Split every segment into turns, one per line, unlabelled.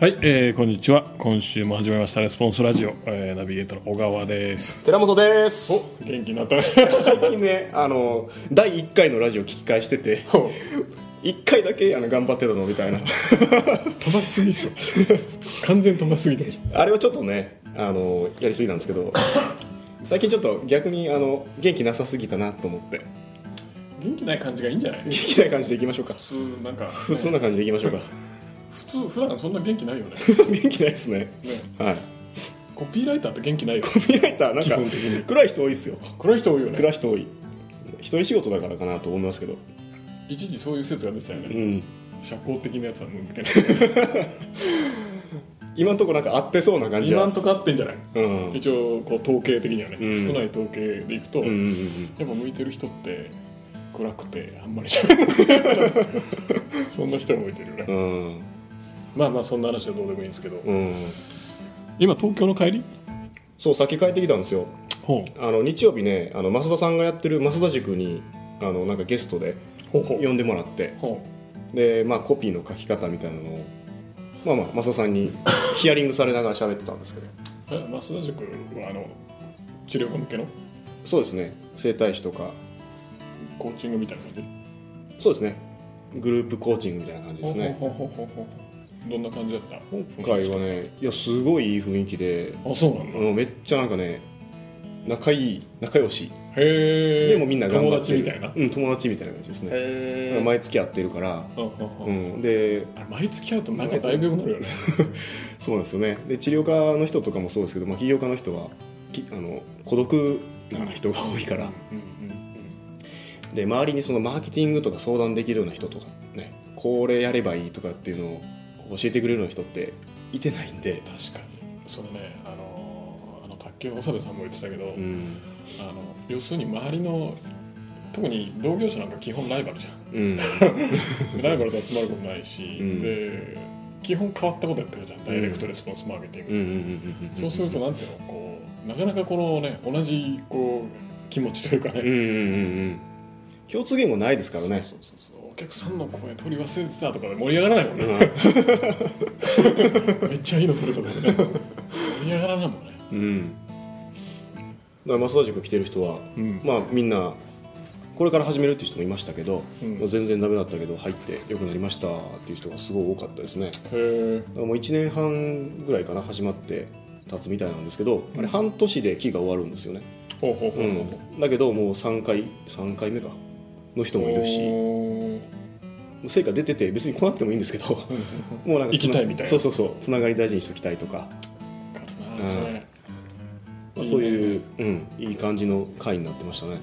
はい、えー、こんにちは。今週も始めましたレスポンスラジオ、えー、ナビゲーターの小川です。
寺本です
お、元気になったね。
最近ねあの第1回のラジオ聞き返してて
ほ
1回だけあの頑張ってたぞみたいな
飛ばしすぎでしょ。完全に飛ばしすぎたでし
あれはちょっとねあのやりすぎなんですけど最近ちょっと逆にあの元気なさすぎたなと思って
ょ。元気ない感じがいいんじゃない
元気ない感じでいきましょうか
普通、なんか、
普通な感じでいきましょうか
普通、普段そんな元気ないよね。
元気ないですね
ね
はい
コピーライターって元気ないよ。
コピーライターなん
基
か
本的に
暗い人多いっすよ
この人多いよね。
暗い人多い一人仕事だからかなと思いますけど
一時そういう説が出てたよね。
うん
社交的なやつはもう抜けない。
今んとこなんか合ってそうな感じ
今
は
んとこ合ってんじゃない
うん
一応、こう、統計的にはね、
うん
少ない統計でいくと、
うんうんうん
やっぱ向いてる人って暗くてあんまりしゃべない そんな人が向いてるよね、
うん
まあまあそんな話はどうでもいいんですけど、
うんうん
今東京の帰り
そう先帰ってきたんですよ
ほ
あの日曜日ねあの増田さんがやってる増田塾にあのなんかゲストで
うほうほう
呼んでもらって
ほ
で、まあ、コピーの書き方みたいなのを、まあまあ、増田さんに ヒアリングされながら喋ってたんですけど
うえ増田塾はあの治療科向けの
そうですね整体師とか
コーチングみたいな感じ
そうですねグループコーチングみたいな感じですね
ほうほうほうほうほうどんな感じだった
今回はねいやすごいいい雰囲気で
あそうなん
あ
だへ
のめっちゃなんかね仲いい仲良し
え
でもみんな頑
友
張って
達
る
みたいなへ
うん、友達みたいな感じですねだから
え
毎月会ってるから、うん、で
あれ毎月会うとなんかだいぶ良くなるよね
そうなんですよねで治療科の人とかもそうですけど、まあ、起業家の人はきあの孤独な人が多いから、
うんうん
で周りにそのマーケティングとか相談できるような人とかねこれやればいいとかっていうのをこう教えてくれるような人っていてないんで、
確かにそれねあのーあの卓球の長部さんも言ってたけど、
うん
あの要するに周りの特に同業者なんか基本ライバルじゃ
うん、
んライバルと集まることないし、
うん
で基本変わったことやってるじゃんダイレクトレスポンスマーケティング、
うんうんうんうん
そうするとなんていうのこうなかなかこのね同じこう気持ちというか
うんう
ね、
んうんうん共通言語ないですからね
そうそうそうそうお客さんの声取り忘れてたとかで盛り上がらないもんね、めっちゃいいの取れたとかね盛り上がらないもんね、
うん、うん、だから増田塾来てる人は
うん
まあみんなこれから始めるっていう人もいましたけど、
うん
まあ全然ダメだったけど入ってよくなりましたっていう人がすごい多かったですねだか
へえ
らもう1年半ぐらいかな始まって経つみたいなんですけど、あれ半年で期が終わるんですよね、
ほうほうほうほうほう、
うんだけどもう3回3回目かの人もいるしも
おー
う成果出てて別に来なくてもいいんですけど もうなんか
行きたいみたいな
そうそうそうつながり大事にしときたいとか、
ある
う
なんそれ
まあ
いいね
そういううん、いい感じの回になってましたね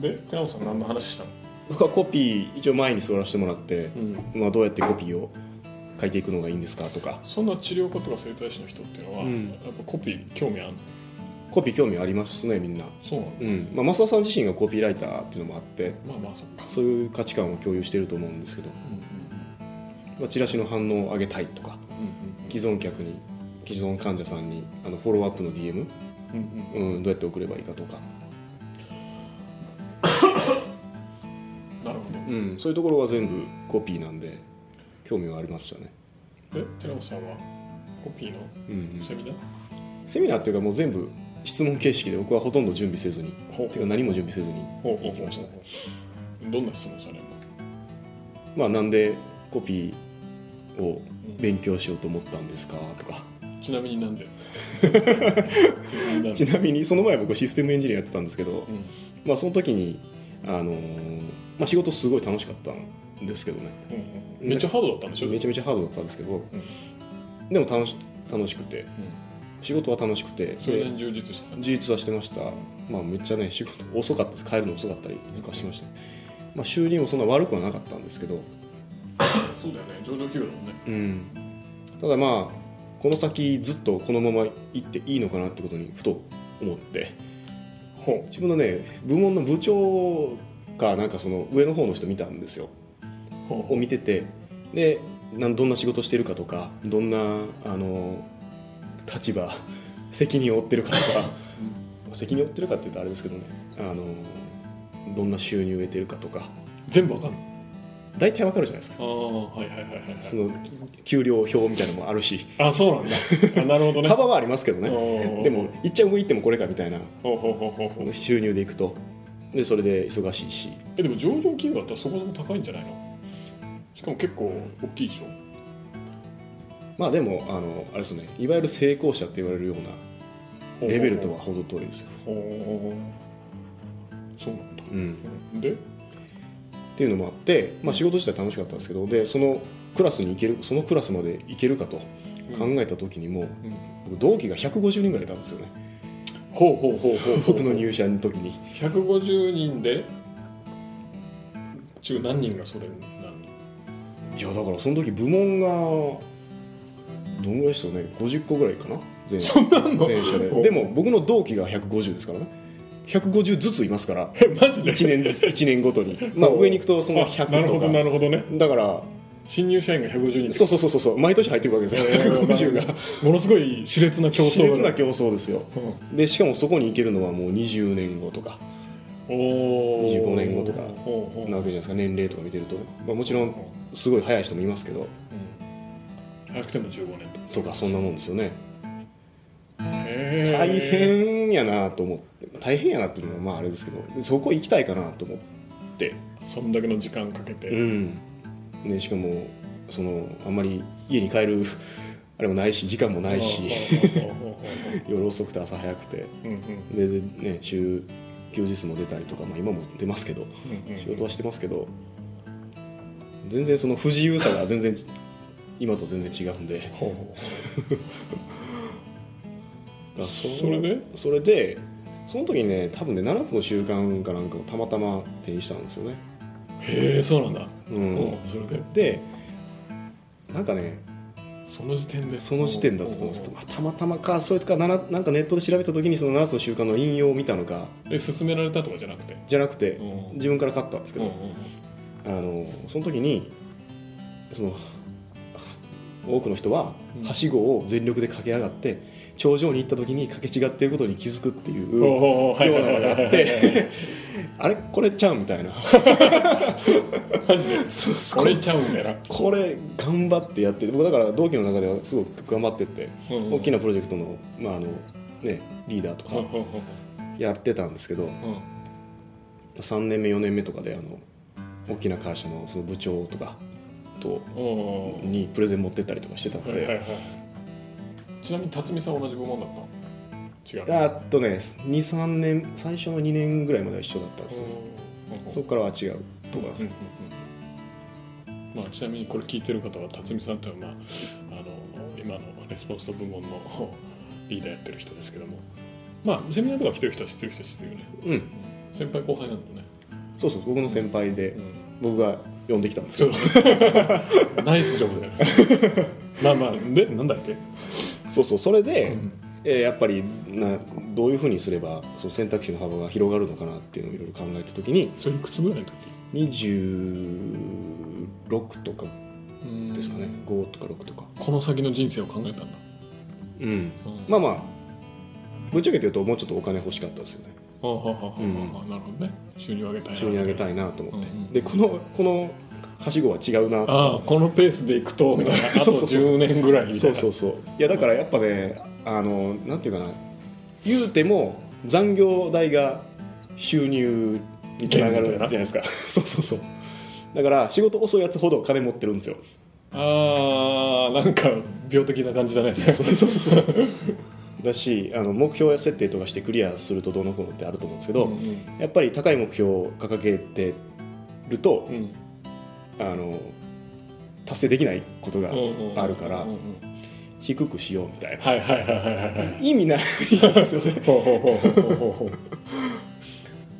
で寺本さん何の話したの、
僕はコピー一応前に座らせてもらって、まあ、どうやってコピーを書いていくのがいいんですかとか
そんな治療科とか整体師の人っていうのは、
うん
やっぱコピー興味あるの
コピー興味ありますねみんな、
そうなの、
うんまあ、増田さん自身がコピーライターっていうのもあって
まあまあそっか、
そういう価値観を共有してると思うんですけど、
うん
まあ、チラシの反応を上げたいとか既存客に既存患者さんにあのフォローアップの DM、
うんうんうん
うん、どうやって送ればいいかとか、
なるほど
うん、そういうところは全部コピーなんで興味はありましたね、
で寺本さんはコピーの
うんうん
セミナー、
セミナーっていうかもう全部質問形式で僕はほとんど準備せずに
ほう
ていうか何も準備せずに
ほうほう
行きました
どんな質問されるの
まあ、なんでコピーを勉強しようと思ったんですかとか
ちなみに なんでちなみになん
ち
で
なみにその前僕システムエンジニアやってたんですけど
う、ん
まあ、その時に、あのーまあ、仕事すごい楽しかったんですけどね
うんうんめっちゃハードだったんでしょ
めちゃめちゃハードだったんですけど、でも楽し楽しくて仕事は楽しくて
それなり
で
に充実してた
充実はしてました、まあ、めっちゃね仕事遅かったです帰るの遅かったりとかしました、まあ、収入もそんな悪くはなかったんですけど、
そうだよね上場企業だもんね
うん、ただまあこの先ずっとこのまま行っていいのかなってことにふと思って
ほ
自分のね部門の部長かなんかその上の方の人見たんですよ
うほうほ
を見ててでなんどんな仕事してるかとかどんなあの立場 責任を負ってるかとか責任を負ってるかって言うとあれですけどねあのどんな収入を得てるかとか
全部わかんない
大体わかるじゃないですか
ああはいはいはいはい
その給料表みたいなのもある し
あそうなんだ あなるほどね
幅はありますけど
お
ね
ー
でもいっちゃ上行ってもこれかみたいな
ほうほうほうほうほう
収入でいくとでそれで忙しいし
えでも上場企業だったらそこそこ高いんじゃないのしかも結構大きいでしょ
まあでもあのあれですよねいわゆる成功者って言われるような
ほうほうほう
レベルとは程遠いですよ、
ほうほうそうなんだ
うん、
で
っていうのもあって、まあ、仕事自体楽しかったんですけどでそのクラスに行けるそのクラスまで行けるかと考えた時にも、
うん
僕同期が150人ぐらいいたんですよね
ほうほうほうほうほう
僕の入社の時に
150人で中何人がそれになるの
いやだからその時部門がどんぐらいでしたかね50個ぐらいかな全
そんなんの
全社で
お
でも僕の同期が150ですからね150ずついま すから
えマジで
1年ずつ1年ごとに、まあ、
お
上に行くとその
あなるほどな
100と
るほどね
かだから
新入社員が150人
そう
う
そうそうそうそう毎年入ってくるわけですよ150が
ものすごい熾烈な競
熾
争
烈な競争ですよ
うん
でしかもそこに行けるのはもう20年後とか
おー
25年後とか
ほうほう
なわけじゃないですか年齢とか見てると、まあ、もちろんすごい早い人もいますけど
うん早くても15年とか
とかそんなもんですよね
へー
大変やなと思って大変やなっていうのはまああれですけどそこ行きたいかなと思って
そんだけの時間かけて、
うんでしかもそのあんまり家に帰るあれもないし時間もないし
ほうほうほうほう
夜遅くて朝早くて
ほううんうん
ででね週休日も出たりとか、まあ、今も出ますけど
うんうん
仕事はしてますけど全然その不自由さが全然今と全然違うんで
ほうほ
だから
それで
それでその時にね多分ね7つの習慣かなんかをたまたま手にしたんですよね、
うへえそうなんだ、
う
うんん、それで
でなんかね
その時点で
その時点だったと思うんですあたまたまかそれとかなななんかネットで調べた時にその7つの習慣の引用を見たのか
え勧められたとかじゃなくて
じゃなくて
うんうん
自分から買ったんですけ
うん
ど、あのその時にそのは多くの人は
うん
はしごを全力で駆け上がって頂上に行った時に駆け違っていることに気づくっていう
ほう
よ
ほうほうは
う
いはい
な
は
の
い
が
はい
あ
は
っ
い
て あれこれちゃうみたいな
マジで
そうそ
こ
う
れちゃうんだよ
これ頑張ってやって僕だから同期の中ではすごく頑張ってって
な、うん
大き
な
なプロジェクトの,、まああのね、リーダーと
ほう
か
ほうほ
やってたんですけど
うほう
3年目4年目とかであの大きな会社のその部長とかと
うんうん
にプレゼン持ってったりとかしてたの
はいはい
で、
はいちなみに辰巳さんは同じ部門だったの違う
あっとね23年最初の2年ぐらいまでは一緒だったんですよ
うん
そこからは違うとかですね、
うんうんうんまあ、ちなみにこれ聞いてる方は辰巳さんというのは、まあ、あの今のレスポンスと部門のリーダーやってる人ですけどもまあセミナーとか来てる人は知ってる人は知ってるよね
うん
先輩後輩なんだね、
そうそう僕の先輩で
うん、
僕が呼んできたんです
そ
よ
う ナイスジョブだよね まあまあでなんだっけ、
そうそうそれで、
うん
えーやっぱりなどういうふうにすればその選択肢の幅が広がるのかなっていうのをいろいろ考えた時に
それいくつぐらいの時
26とかですかね
うん
5とか6とか
この先の人生を考えたんだ、
うん
うん
まあまあぶっちゃけて言うともうちょっとお金欲しかったですよね
ああはあはあはあ
うん
なるほどね収入上げたいな
収入上げたいなと思って、
うんうん
でこのこのはしごは違うなと
ああこのペースでいくとみたいな あと
そうそうそう
10年ぐらいみた
そ
いうな
そうそういやだからやっぱねあのなんていうかな言うても残業代が収入につながるじゃないですか そうそうそうだから仕事遅いやつほど金持ってるんですよ
あーなんか病的な感じだねそうそうそう
だしあの目標設定とかしてクリアするとどうのこうのってあると思うんですけど、
んうん
やっぱり高い目標を掲げてると、
うん
あの達成できないことが
うんうん
あるから
うんうん
低くしようみたいな
はいはいはいはいはいはい
意味ないですよね
ほうほうほうほうほうほうほ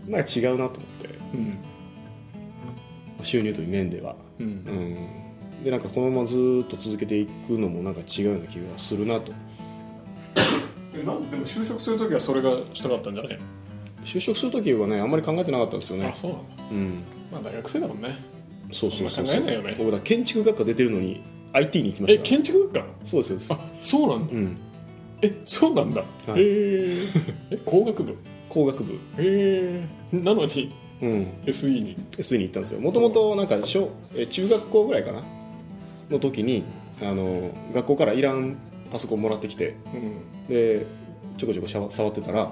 う
なんか違うなと思って
うん
収入という面では
う
うんんでなんかこのままずっと続けていくのもなんか違うような気がするなと
えなんでも就職するときはそれがしたかったんじゃない
就職する時はねあんまり考えてなかったんですよね
あそうなんだ
うん
まあ大学生だもんね
そうそうそう
そんな考えないよね
僕だ建築学科出てるのに IT に行きま
え
した
建築学科
そうですそうです
あそうなんだ
うん
えそうなんだ、
はい
へええ工学部
工学部
へえなのに
うん、
SE に
SE に行ったんですよもともとなんか小え中学校ぐらいかなの時にあの学校からいらんパソコンもらってきて
うん
でちょこちょこしゃ触ってたら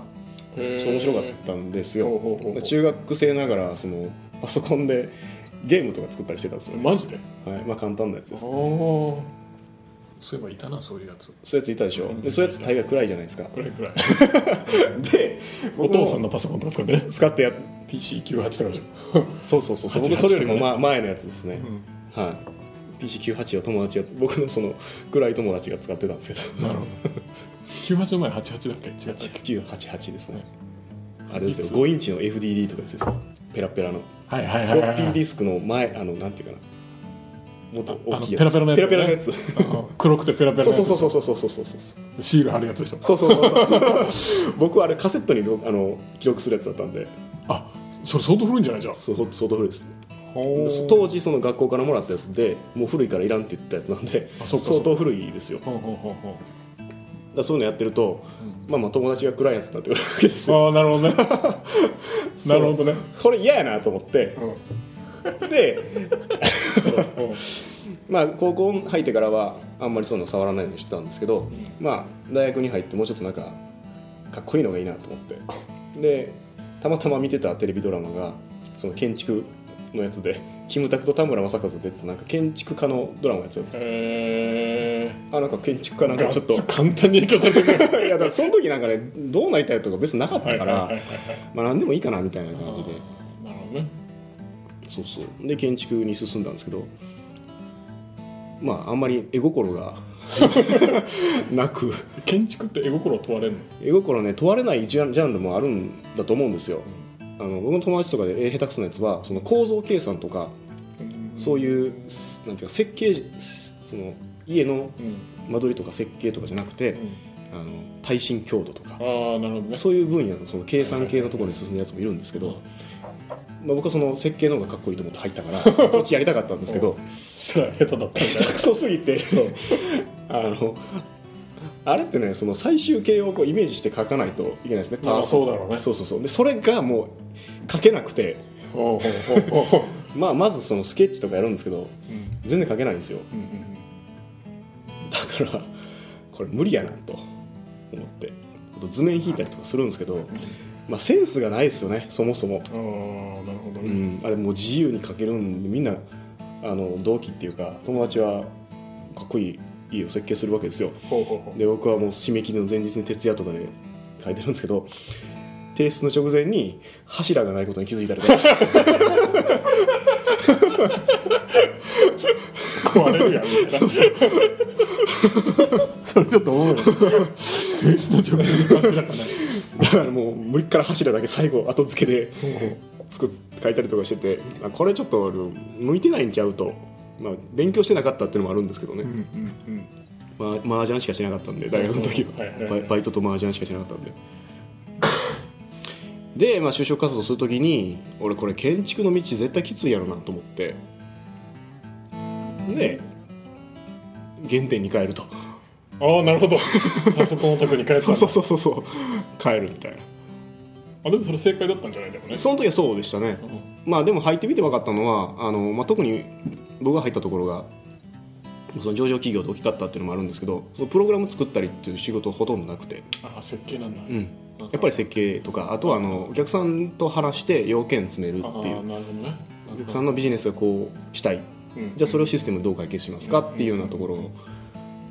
へ
ち
ー
ょっと面白かったんです
ほう
よ
ほうほうほう
中学生ながらそのパソコンでゲームとか作ったりしてたんですよ、
マジで
はいまあ、簡単なやつ
あ
です
ーそういえばいたなそういうやつ
そういうやついたでしょでそういうやつ大概暗いじゃないですか
くらいくらい
で
お父さん
の
のパソコンとか使ってね
使ってやっ
PC98 とかでし
そうそうそうそう
88
僕それよりも前前のやつですね
ょ、、
はい PC98 を友達が僕のその暗い友達が使ってたんですけど
なるほど98の前88だっけ違ったっけ
988ですねあれですよ
実
5インチの FDD とかですよペラペラの
はいはい
フ
はい
ロ
は
ッ
い
ピーディスクの前あのなんていうかなもっと大きいやつ
ああのペラペラのやつね
ペラペラのやつ
うん黒くてペラペラ
そ
の
う
やつ
そうそうそうそうそうそうそう
シール貼るやつでしょ
そうそうそうそう僕はあれカセットに録あの記録するやつだったんで
あそれ相当古いんじゃないじゃん
そうほんと相当古いです
当
当時その学校からもらったやつでもう古いからいらんって言ったやつなんで
あそっかそ
相
っか
当古いですよだか
ほうほうほうほ
らそういうのやってると
ううん
まあまあ友達が暗いやつになってくるわけですよ
ああなるほどねなるほどね
これ嫌やなと思って
うん
で
うん
まあ高校入ってからはあんまりそういうの触らないようにしてたんですけどまあ大学に入ってもうちょっとなんかかっこいいのがいいなと思ってでたまたま見てたテレビドラマがその建築のやつでキムタクと田村正和出てたなんか建築家のドラマのやつなんですよ
え
あなんか建築家な
ー、
んかちょっとい
ガッツ簡単に影響されてくる
やだからその時なんかねどうなりたいとか別になかったから、
はいはいはいはい
まあ何でもいいかなみたいな感じで
あーなるほどね
そうそうで建築に進んだんですけどまああんまり絵心が なく
建築って絵心を問われるの
絵心ね問われないジャンジャンルもあるんだと思うんですよあの僕の友達とかで絵下手くそなやつはその構造計算とかそういうなんていうか設計その家の
うん、うん
間取りとか設計とかじゃなくてあの耐震強度とか
ああなるほどね
そういう分野のその計算系のところに進んだやつもいるんですけど、まあ、僕はその設計の方がかっこいいと思って入ったからそっちやりたかったんですけど
したら下手だったみたい
下手くそすぎてあのあれってねその最終形をこうイメージして書かないといけないですね
まあ
パーソン
そうだろうね
そうそうそうでそれがもう書けなくて、
なおうおうおうおう
まあ、まずそのスケッチとかやるんですけど
うん
全然書けないんですよ
うんうん
だからこれ無理やなと思ってあと図面引いたりとかするんですけど、まあ、センスがないですよねそもそも、
うんああなるほど
う
ね、
ん、あれもう自由に書けるんでみんなあの同期っていうか友達はかっこいい家を設計するわけですよ
ほうほうほう
で僕はもう締め切りの前日に徹夜とかで書いてるんですけど提出の直前に柱がないことに気づいたりとか
壊れるやんみたいなそれちょっと思うよね提出の直前に柱がない
だからもう無理から柱だけ最後後付けで作っ書いたりとかしててあこれちょっと向いてないんちゃうと、まあ、勉強してなかったっていうのもあるんですけどね
うん、うん
まあ、麻雀しかしてなかったんで大学の時は
はいはいはい
バイバイトと麻雀しかしてなかったんでで、まあ、就職活動する時に俺これ建築の道絶対きついやろなと思ってで原点に帰ると
うんああなるほどパソコンを特に変えたん
そう
だ
そうそうそうそう帰るみたいな
あでもそれ正解だったんじゃないでもね
その時はそうでしたね
うん
まあでも入ってみて分かったのはあの、まあ、特に僕が入ったところがその上場企業で大きかったっていうのもあるんですけどそのプログラム作ったりっていう仕事ほとんどなくて
ああ設計なんだ、
うんやっぱり設計とかあとはあのお客さんと話して要件詰める
ああ
っていう
なるほどね
お客さんのビジネスがこうしたい
うん
じゃあそれをシステムでどう解決しますかっていうようなところを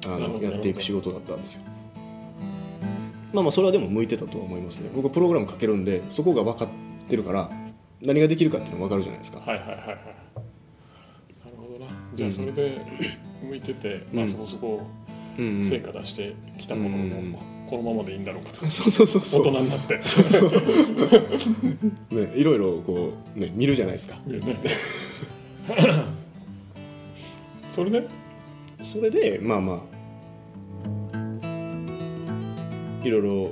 あ
なるほ
の
ど
やっていく仕事だったんですよまあまあそれはでも向いてたとは思いますね僕はプログラム書けるんでそこが分かってるから何ができるかっていうのが分かるじゃないですか
はいはいはいはいなるほどなじゃあそれで向いてて、まあそこそこ
うんうん
成果出してきたものの、
うん
このままでいいんだろうかと
そうそうそ
大
うそう、
人になって
ね、いろいろこうね見るじゃないですか
いやね それで
それでまあまあいろいろ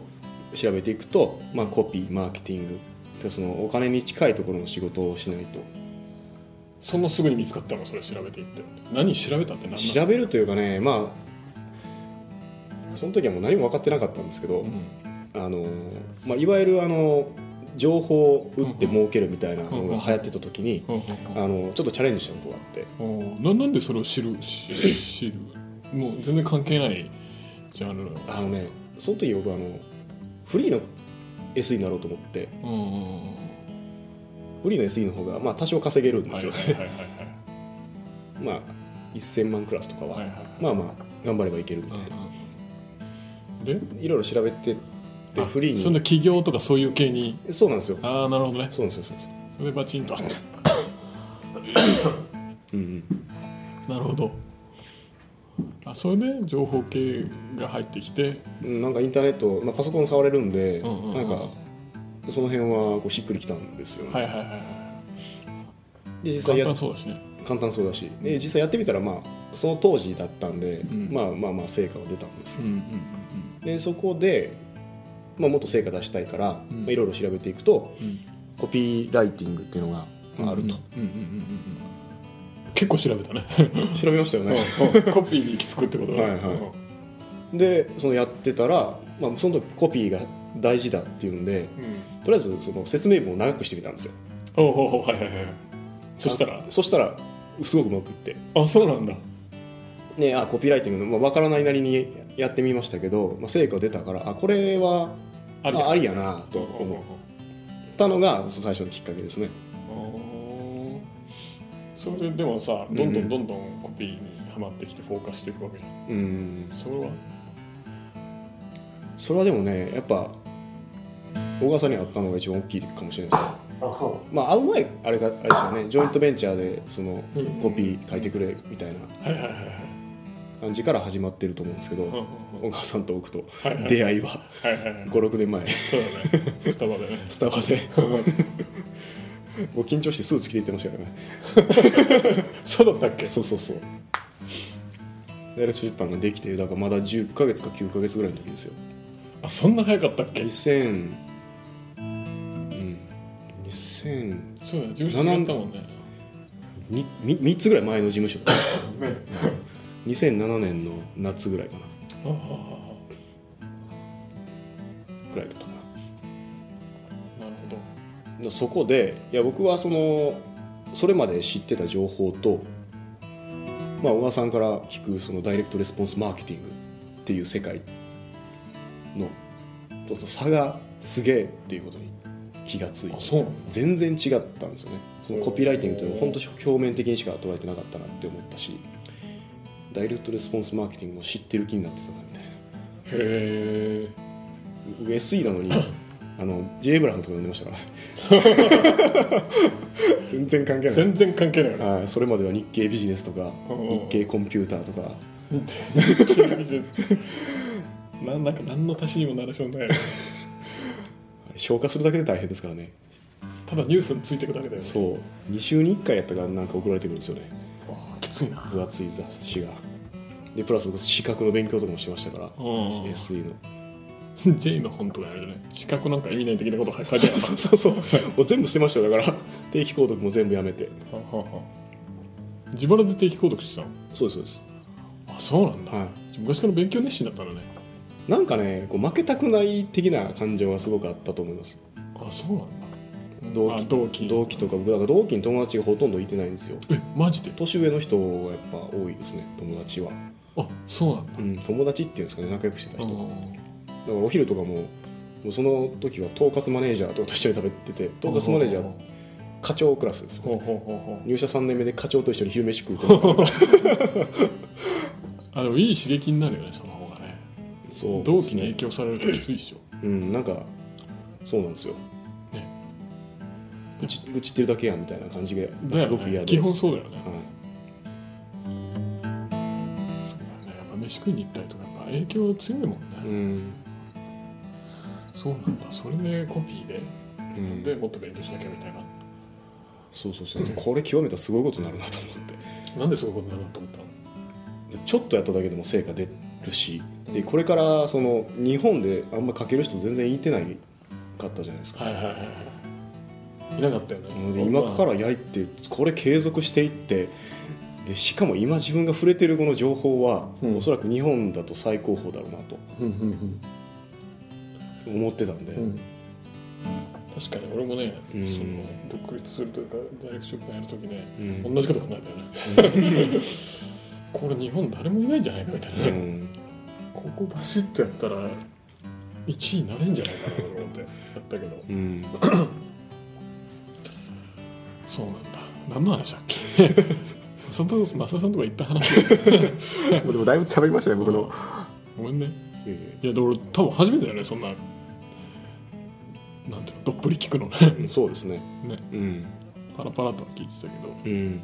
調べていくと、まあ、コピーマーケティングでそのお金に近いところの仕事をしないと
そのすぐに見つかったのそれ調べていって何調べたって何なの
調べるというかねまあその時はもう何も分かってなかったんですけど、
うん
あのまあ、いわゆるあの情報を打って儲けるみたいなのが流行ってた時に、
うんうん
あのちょっとチャレンジしたことがあって
うんななんでそれを知るし知るもう全然関係ないジャンルなの
あのねその時僕あのフリーの SE になろうと思って
うんうんうん
フリーの SE の方がまあ多少稼げるんで
はい
す
はい
よ、
はいはい
まあ1000万クラスとかは、
はいはいはい
まあまあ頑張ればいけるみたいな、
うんうんで
いろいろ調べてで
あ
フリーに
そんな起業とかそういう系に
そうなんですよ
ああなるほどね
そうなんですよそうなんですよ
それバチンとあった
うんうん
なるほどあそれで情報系が入ってきて
うんなんかインターネット、まあ、パソコン触れるんで、
うんうんうん
なんかその辺はこうしっくりきたんですよ、ね
はいはいはいは
で実
い
際
簡
や
単
簡
そうだしね
単そうだしで実際やってみたら、まあ、その当時だったんで、
ん
まあまあまあ成果は出たんです
ん
よ
うん
でそこで、まあ、もっと成果出したいから
うん
まあいろいろ調べていくと
うんうん
コピーライティングっていうのがまああ
うんうん
ると、
うんうんうん結構調べたね
調べましたよね、
コピーに行き着くってことだね
はいはいでそのやってたら、まあ、その時コピーが大事だっていうんで
うん
とりあえずその説明文を長くしてみたんですよ
おうおうおうはいはいはいそしたら
あそしたらすごくうまくいって
あそうなんだ
ね、あコピーライティングの、まあ、分からないなりにやってみましたけど、まあ、成果出たからあこれは
あ
あ
り
ありやなと
おうおう
思ったのがそう最初のきっかけですね
おうおうそれででもさどんどんどんどんコピーにはまってきてフォーカスしていくわけじゃん
うん
それは
それはでもねやっぱ小川さんに会ったのが一番大きいかもしれないですね
あそ
まあ会う前あれがあれでしたねジョイントベンチャーでその
うん
コピー書いてくれみたいな
うはいはいはいはい
感じから始まってると思うんですけ
うんうん
ど
う
小
ん
川さんと僕と
はいはい
出会いは
はいはいはい
56年前
そうだねスタバでね
スタバで もう緊張してスーツ着て行ってましたからね
そうだったっけ
そうそうそうダイレクト出版ができてだからまだ10ヶ月か9ヶ月ぐらいの時ですよ
あそんな早かったっけ
2000うん2000
そうだね事務所違ったもんね
みみ3つぐらい前の事務 所
ね
2007年の夏ぐらいかな
ああ
ぐらいだったかなだか
なるほど
らそこでいや僕はそのそれまで知ってた情報と、まあ、小川さんから聞くそのダイレクトレスポンスマーケティングっていう世界のちょっと差がすげえっていうことに気がついて
あそうなんだ
全然違ったんですよねそのコピーライティングというのは本当表面的にしか捉えてなかったなって思ったしダイレクトレスポンスマーケティングも知ってる気になってたなみたいな
へえ
僕 SE な のにあの J ・エブラハムとか呼んでましたから ね全然関係ない
全然関係ないよね
はいそれまでは日経ビジネスとか
うんうん
日経コンピューターとか
ななんか何の足しにもならしょうないよね
あれ消化するだけで大変ですからね
ただニュースについていくだけだよね
そう2週に1回やったからなんか送られてくるんですよね
ああきついな
分厚い雑誌がでプラス僕資格の勉強とかもしてましたから
うん
SE の
J の本とかやるよね資格なんか意味ない的なこと書いてある
そうそうそうもう全部捨てましたよだから定期購読も全部やめて
ははは自腹で定期購読してたの
そうですそうです
あそうなんだ、
は
昔から勉強熱心だったのね
いなんかねこう負けたくない的な感情がすごくあったと思います
あそうなんだ
同
あ
期
同期
同期とか僕だから同期に友達がほとんどいてないんですよ
えマジで
年上の人がやっぱ多いですね友達は、
あそうなんだ
うん、友達っていうんですかね仲良くしてた
う
人だ
ん
か
うん
らお昼とかももうその時は統括マネージャーと一緒に食べてて統括マネージャー課長クラスですよ
ほうほうほうほう
入社3年目で課長と一緒に昼飯食うとか
あでもいい刺激になるよねその方がね
そう
同期に影響されるときついっしょ
うんなんかそうなんですよ、
ね
愚痴愚痴ってるだけやんみたいな感じが
だ
す
よ
ごく
ね
嫌で、
基本そうだよね
はい
そうだよねやっぱ飯食いに行ったりとかやっぱ影響強いもんね、
うん
そうなんだそれでコピーで、
うん
でもっと勉強しなきゃみたいな
そうそうそうこれ極めたらすごいことになるなと思って
なんでそういうことになると思ったの
でちょっとやっただけでも成果出るしでこれからその日本であんま書ける人全然いてないかったじゃないですか
はいはいはいはいいなかったよ
で
ね
今か
ま
らやりってこれ継続していってでしかも今自分が触れてるこの情報は、
うん
おそらく日本だと最高峰だろうなと
あうんうん
思ってたんで、
うんうん確かに俺もね、
うん
その独立するというかダイレクションやるときね、
うん
同じこと考えたよね、これ日本誰もいないんじゃないかみたいな、
うん
ここバシッとやったら1位になれんじゃないかなと思ってやったけど
うん
そうなんだ何の話だっけ そのとこ増田さんとかいっぱい話してる
でもだいぶ喋りましたね僕の
ごめんねいやで俺多分初めてだよねそんななんていうのどっぷり聞くのね
うんそうですね
ね
うん
パラパラとは聞いてたけど
うん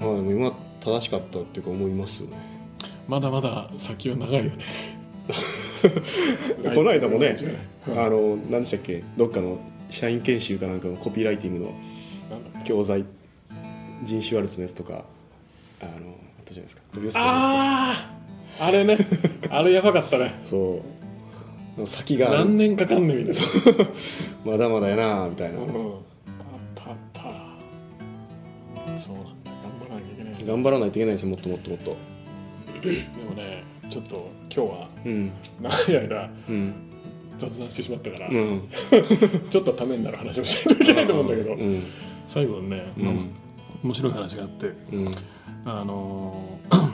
まあでも今正しかったっていうか思いますよね
まだまだ先は長いよ ね
この間もねあの何でしたっけどっかの社員研修かなんかのコピーライティングの
なんだ
教材ジン・シュワルツのやつとかあのあったじゃないですかトビオストのや
あああれねあれやばかったね
つそうでも先 がある
何年かかんねみたいな、
まだまだやなみたいな
うん、あったあったそうなんだ頑張らなきゃいけない
頑張らないといけないですよもっともっともっと
でもねちょっと今日は
うん
長い間
うん
雑談してしまったから、
うん
ちょっとためになる話をしないといけないと思うんだけど、
うん
最後にね、
うん
まあ面白い話があって
うん
あの ー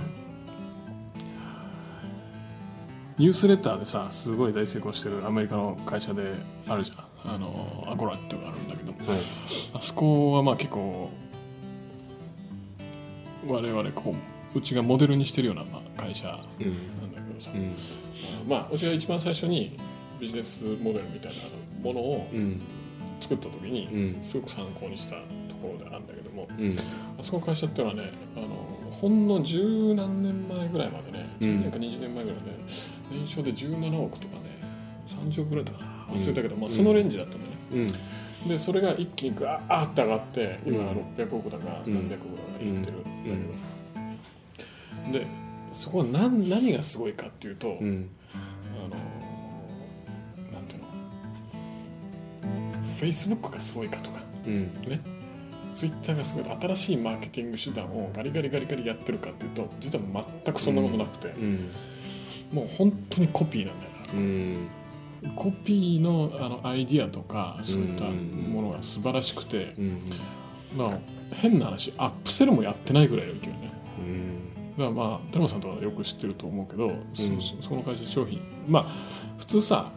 ニュースレターでさすごい大成功してるアメリカの会社であるじゃんあのーアゴラっていうのがあるんだけど、
はい
あそこはまあ結構我々こううちがモデルにしてるようなまあ会社なんだ
うん
けどさ、
うん
まあうちが一番最初にビジネスモデルみたいなものを
うん
作った時に、
うん
すごく参考にしたところであるんだけども
うん
あそこの会社っていうのはねあのほんの十何年前ぐらいまでね
うん
10年か20年前ぐらいで年商で17億とかね30億ぐらいだったかな忘れたけど、まあ、そのレンジだったんだね、
うん
でそれが一気にガーッと上がって今
うん
600億だか
うん
何百億だかいってるんだけど、でそこは何何がすごいかっていうと、
うん
あのなんていうのフェイスブックがすごいかとか
うん
ねツイッターがすごい新しいマーケティング手段をガリガリガリガリやってるかっていうと実は全くそんなことなくて、
うん
もう本当にコピーなんだよな
うん
コピーのあのアイディアとかそういった
うんうんうん
ものが素晴らしくて、
うん
まあ、変な話アップセルもやってないぐらいの勢いね
うん
だからまあ寺本さんとはよく知ってると思うけど、
うん
そそこの会社商品まあ普通さ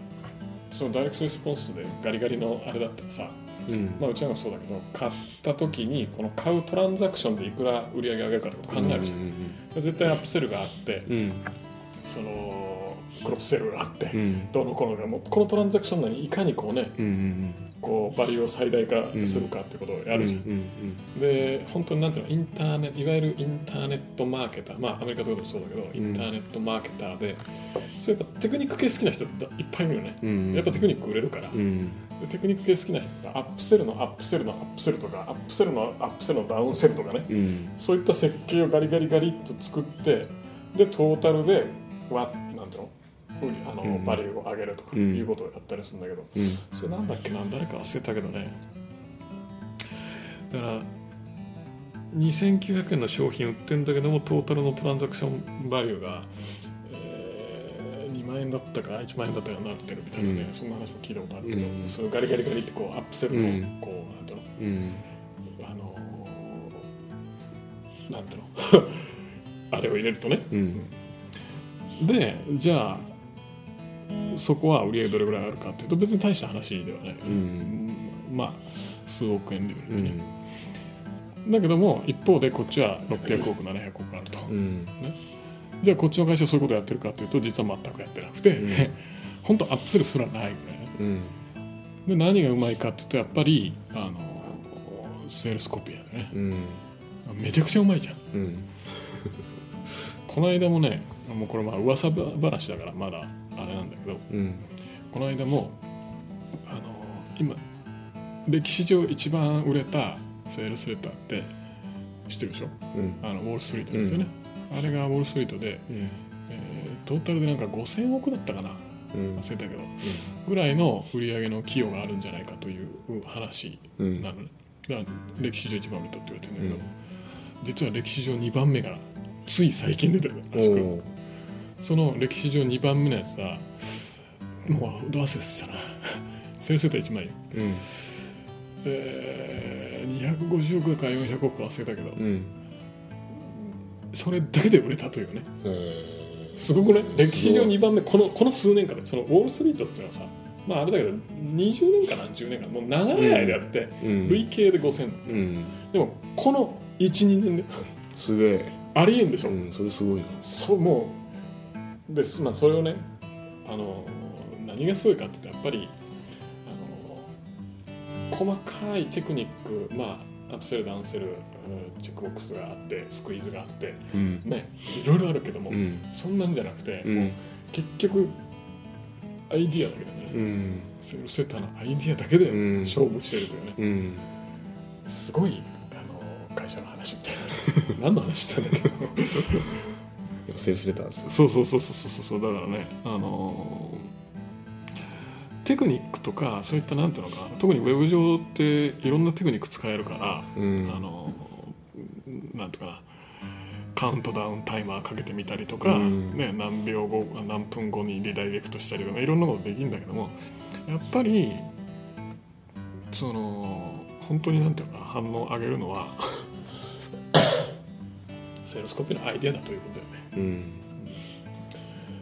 そのダイレクトレスポンスでガリガリのあれだったらさ、
うん
まあ、うちらもそうだけど買った時にこの買うトランザクションでいくら売り上げ上げるかってこと考えるじゃん、絶対アップセルがあって
うん
そのクロスセルがあって、
うん
どうのこうのがもうこのトランザクション内にいかにこうね
うんうん
こうバリューを最大化するかってことをやるじゃん、
うん
で本当になんていうのインターネットいわゆるインターネットマーケターまあアメリカとかでもそうだけど、インターネットマーケターでそうやっぱテクニック系好きな人だいっぱいいるよね、
うん
やっぱテクニック売れるから、
うん
でテクニック系好きな人とかアップセルのアップセルのアップセルとかアップセルのアップセルのダウンセルとかね、
うん
そういった設計をガリガリガリっと作ってでトータルでわなんていうの売りあの、
うん
バリューを上げるとか
うん
いうことをやったりするんだけど、
うん
それなんだっけな誰か忘れたけどねだから2900円の商品売ってるんだけどもトータルのトランザクションバリューが、えー2万円だったか1万円だったかになってるみたいなね、
うん
そんな話も聞いたことあるけど、
うん
そのガリガリガリってこうアップセル
う
の
ん
こう、なんていう
うん
のあのーなんていうの あれを入れるとね
うん
でじゃあそこは売り上げどれぐらいあるかっていうと別に大した話ではないよね、
うん
まあ数億円レベルでね、だけども一方でこっちは600億700億あると、
うん
じゃあこっちの会社はそういうことやってるかというと実は全くやってなくて、
うん
本当アップするすらないぐらいね
うん
で何がうまいかっていうとやっぱりあのセールスコピーだよね
うん
めちゃくちゃうまいじゃん
うん
この間もねもうこれまあ噂話だからまだあれなんだけど
うん
この間もあの今歴史上一番売れたセールスレターって知ってるでしょ
うん
あのウォール・ストリートですよね、あれがウォール・ストリートで、えートータルでなんか5000億だったかな
うん
忘れたけど、ぐらいの売り上げの寄与があるんじゃないかという話
うん
なのね、だから歴史上一番売れたって言われてるんだけど、実は歴史上2番目がつい最近出てるらしく
お
その歴史上2番目のやつはもうどう忘れてたな 1000世帯1万円
うん
えー、250億か400億か忘れたけど
うん
それだけで売れたというね
へ
すごくね歴史上
すごい
2番目このこの数年間でそのウォール・ストリートっていうのはさまああれだけど20年か何十年かもう長い間やって、
えうん
累計で5000
うん
でもこの12年です
げえ
ありえんでしょ、
うんそれすごいな
そうもうですまあそれをねあの何がすごいかって言ったらやっぱりあの細かいテクニックまあアップセルダウンセルうんチェックボックスがあってスクイーズがあって
うん
ねいろいろあるけども、
うん
そんなんじゃなくて、
うん
結局アイディアだけだね、
うん
セルセターのアイディアだけで
うん
勝負してるというね、
うん
すごいあの会社の話みたいな何の話したんだっけ
いやセールスレターですよ
そうそうそうそうそうそうだからねあのーテクニックとかそういったなんていうのか特にウェブ上っていろんなテクニック使えるから、
うん
あのーなんていうかなカウントダウンタイマーかけてみたりとか、
うん
ね、何秒後何分後にリダイレクトしたりとかいろんなことできるんだけどもやっぱりその本当になんていうのかな反応を上げるの はセールスコピーのアイデアだということだよね。
うん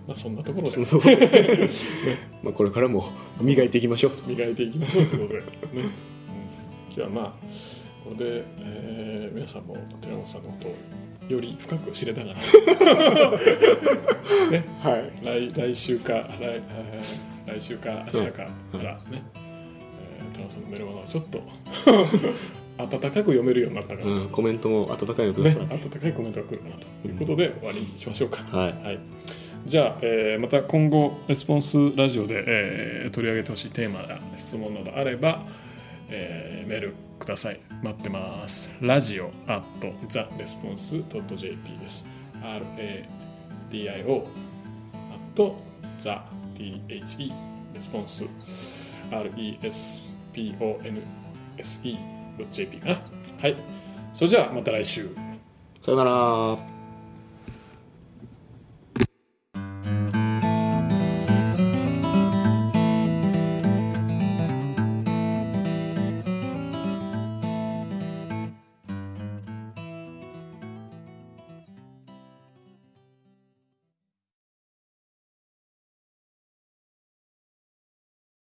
まあ、そんなところ
その
で
ところでまあこれからも磨いていきましょう
磨いていきましょうと いうことで、ねうん、じゃあまあこれで、えー皆さんも寺本さんのことをより深く知れ たらなね
はい
来来週か来,、えー来週か明日か
うん
からね、えー寺本さんのメルマガをちょっ と温かく読めるようになったかなと、
うんコメントも温かいのくだ
ね
さい、
温かいコメントが来るかなということで終わりにしましょうか。
はい
はい、じゃあ、えーまた今後レスポンスラジオで、えー取り上げてほしいテーマや質問などあれば、えーメールください待ってますラジオ at therresponse.jp です RADIO at the response responsE.jp かなはいそれじゃあまた来週
さよなら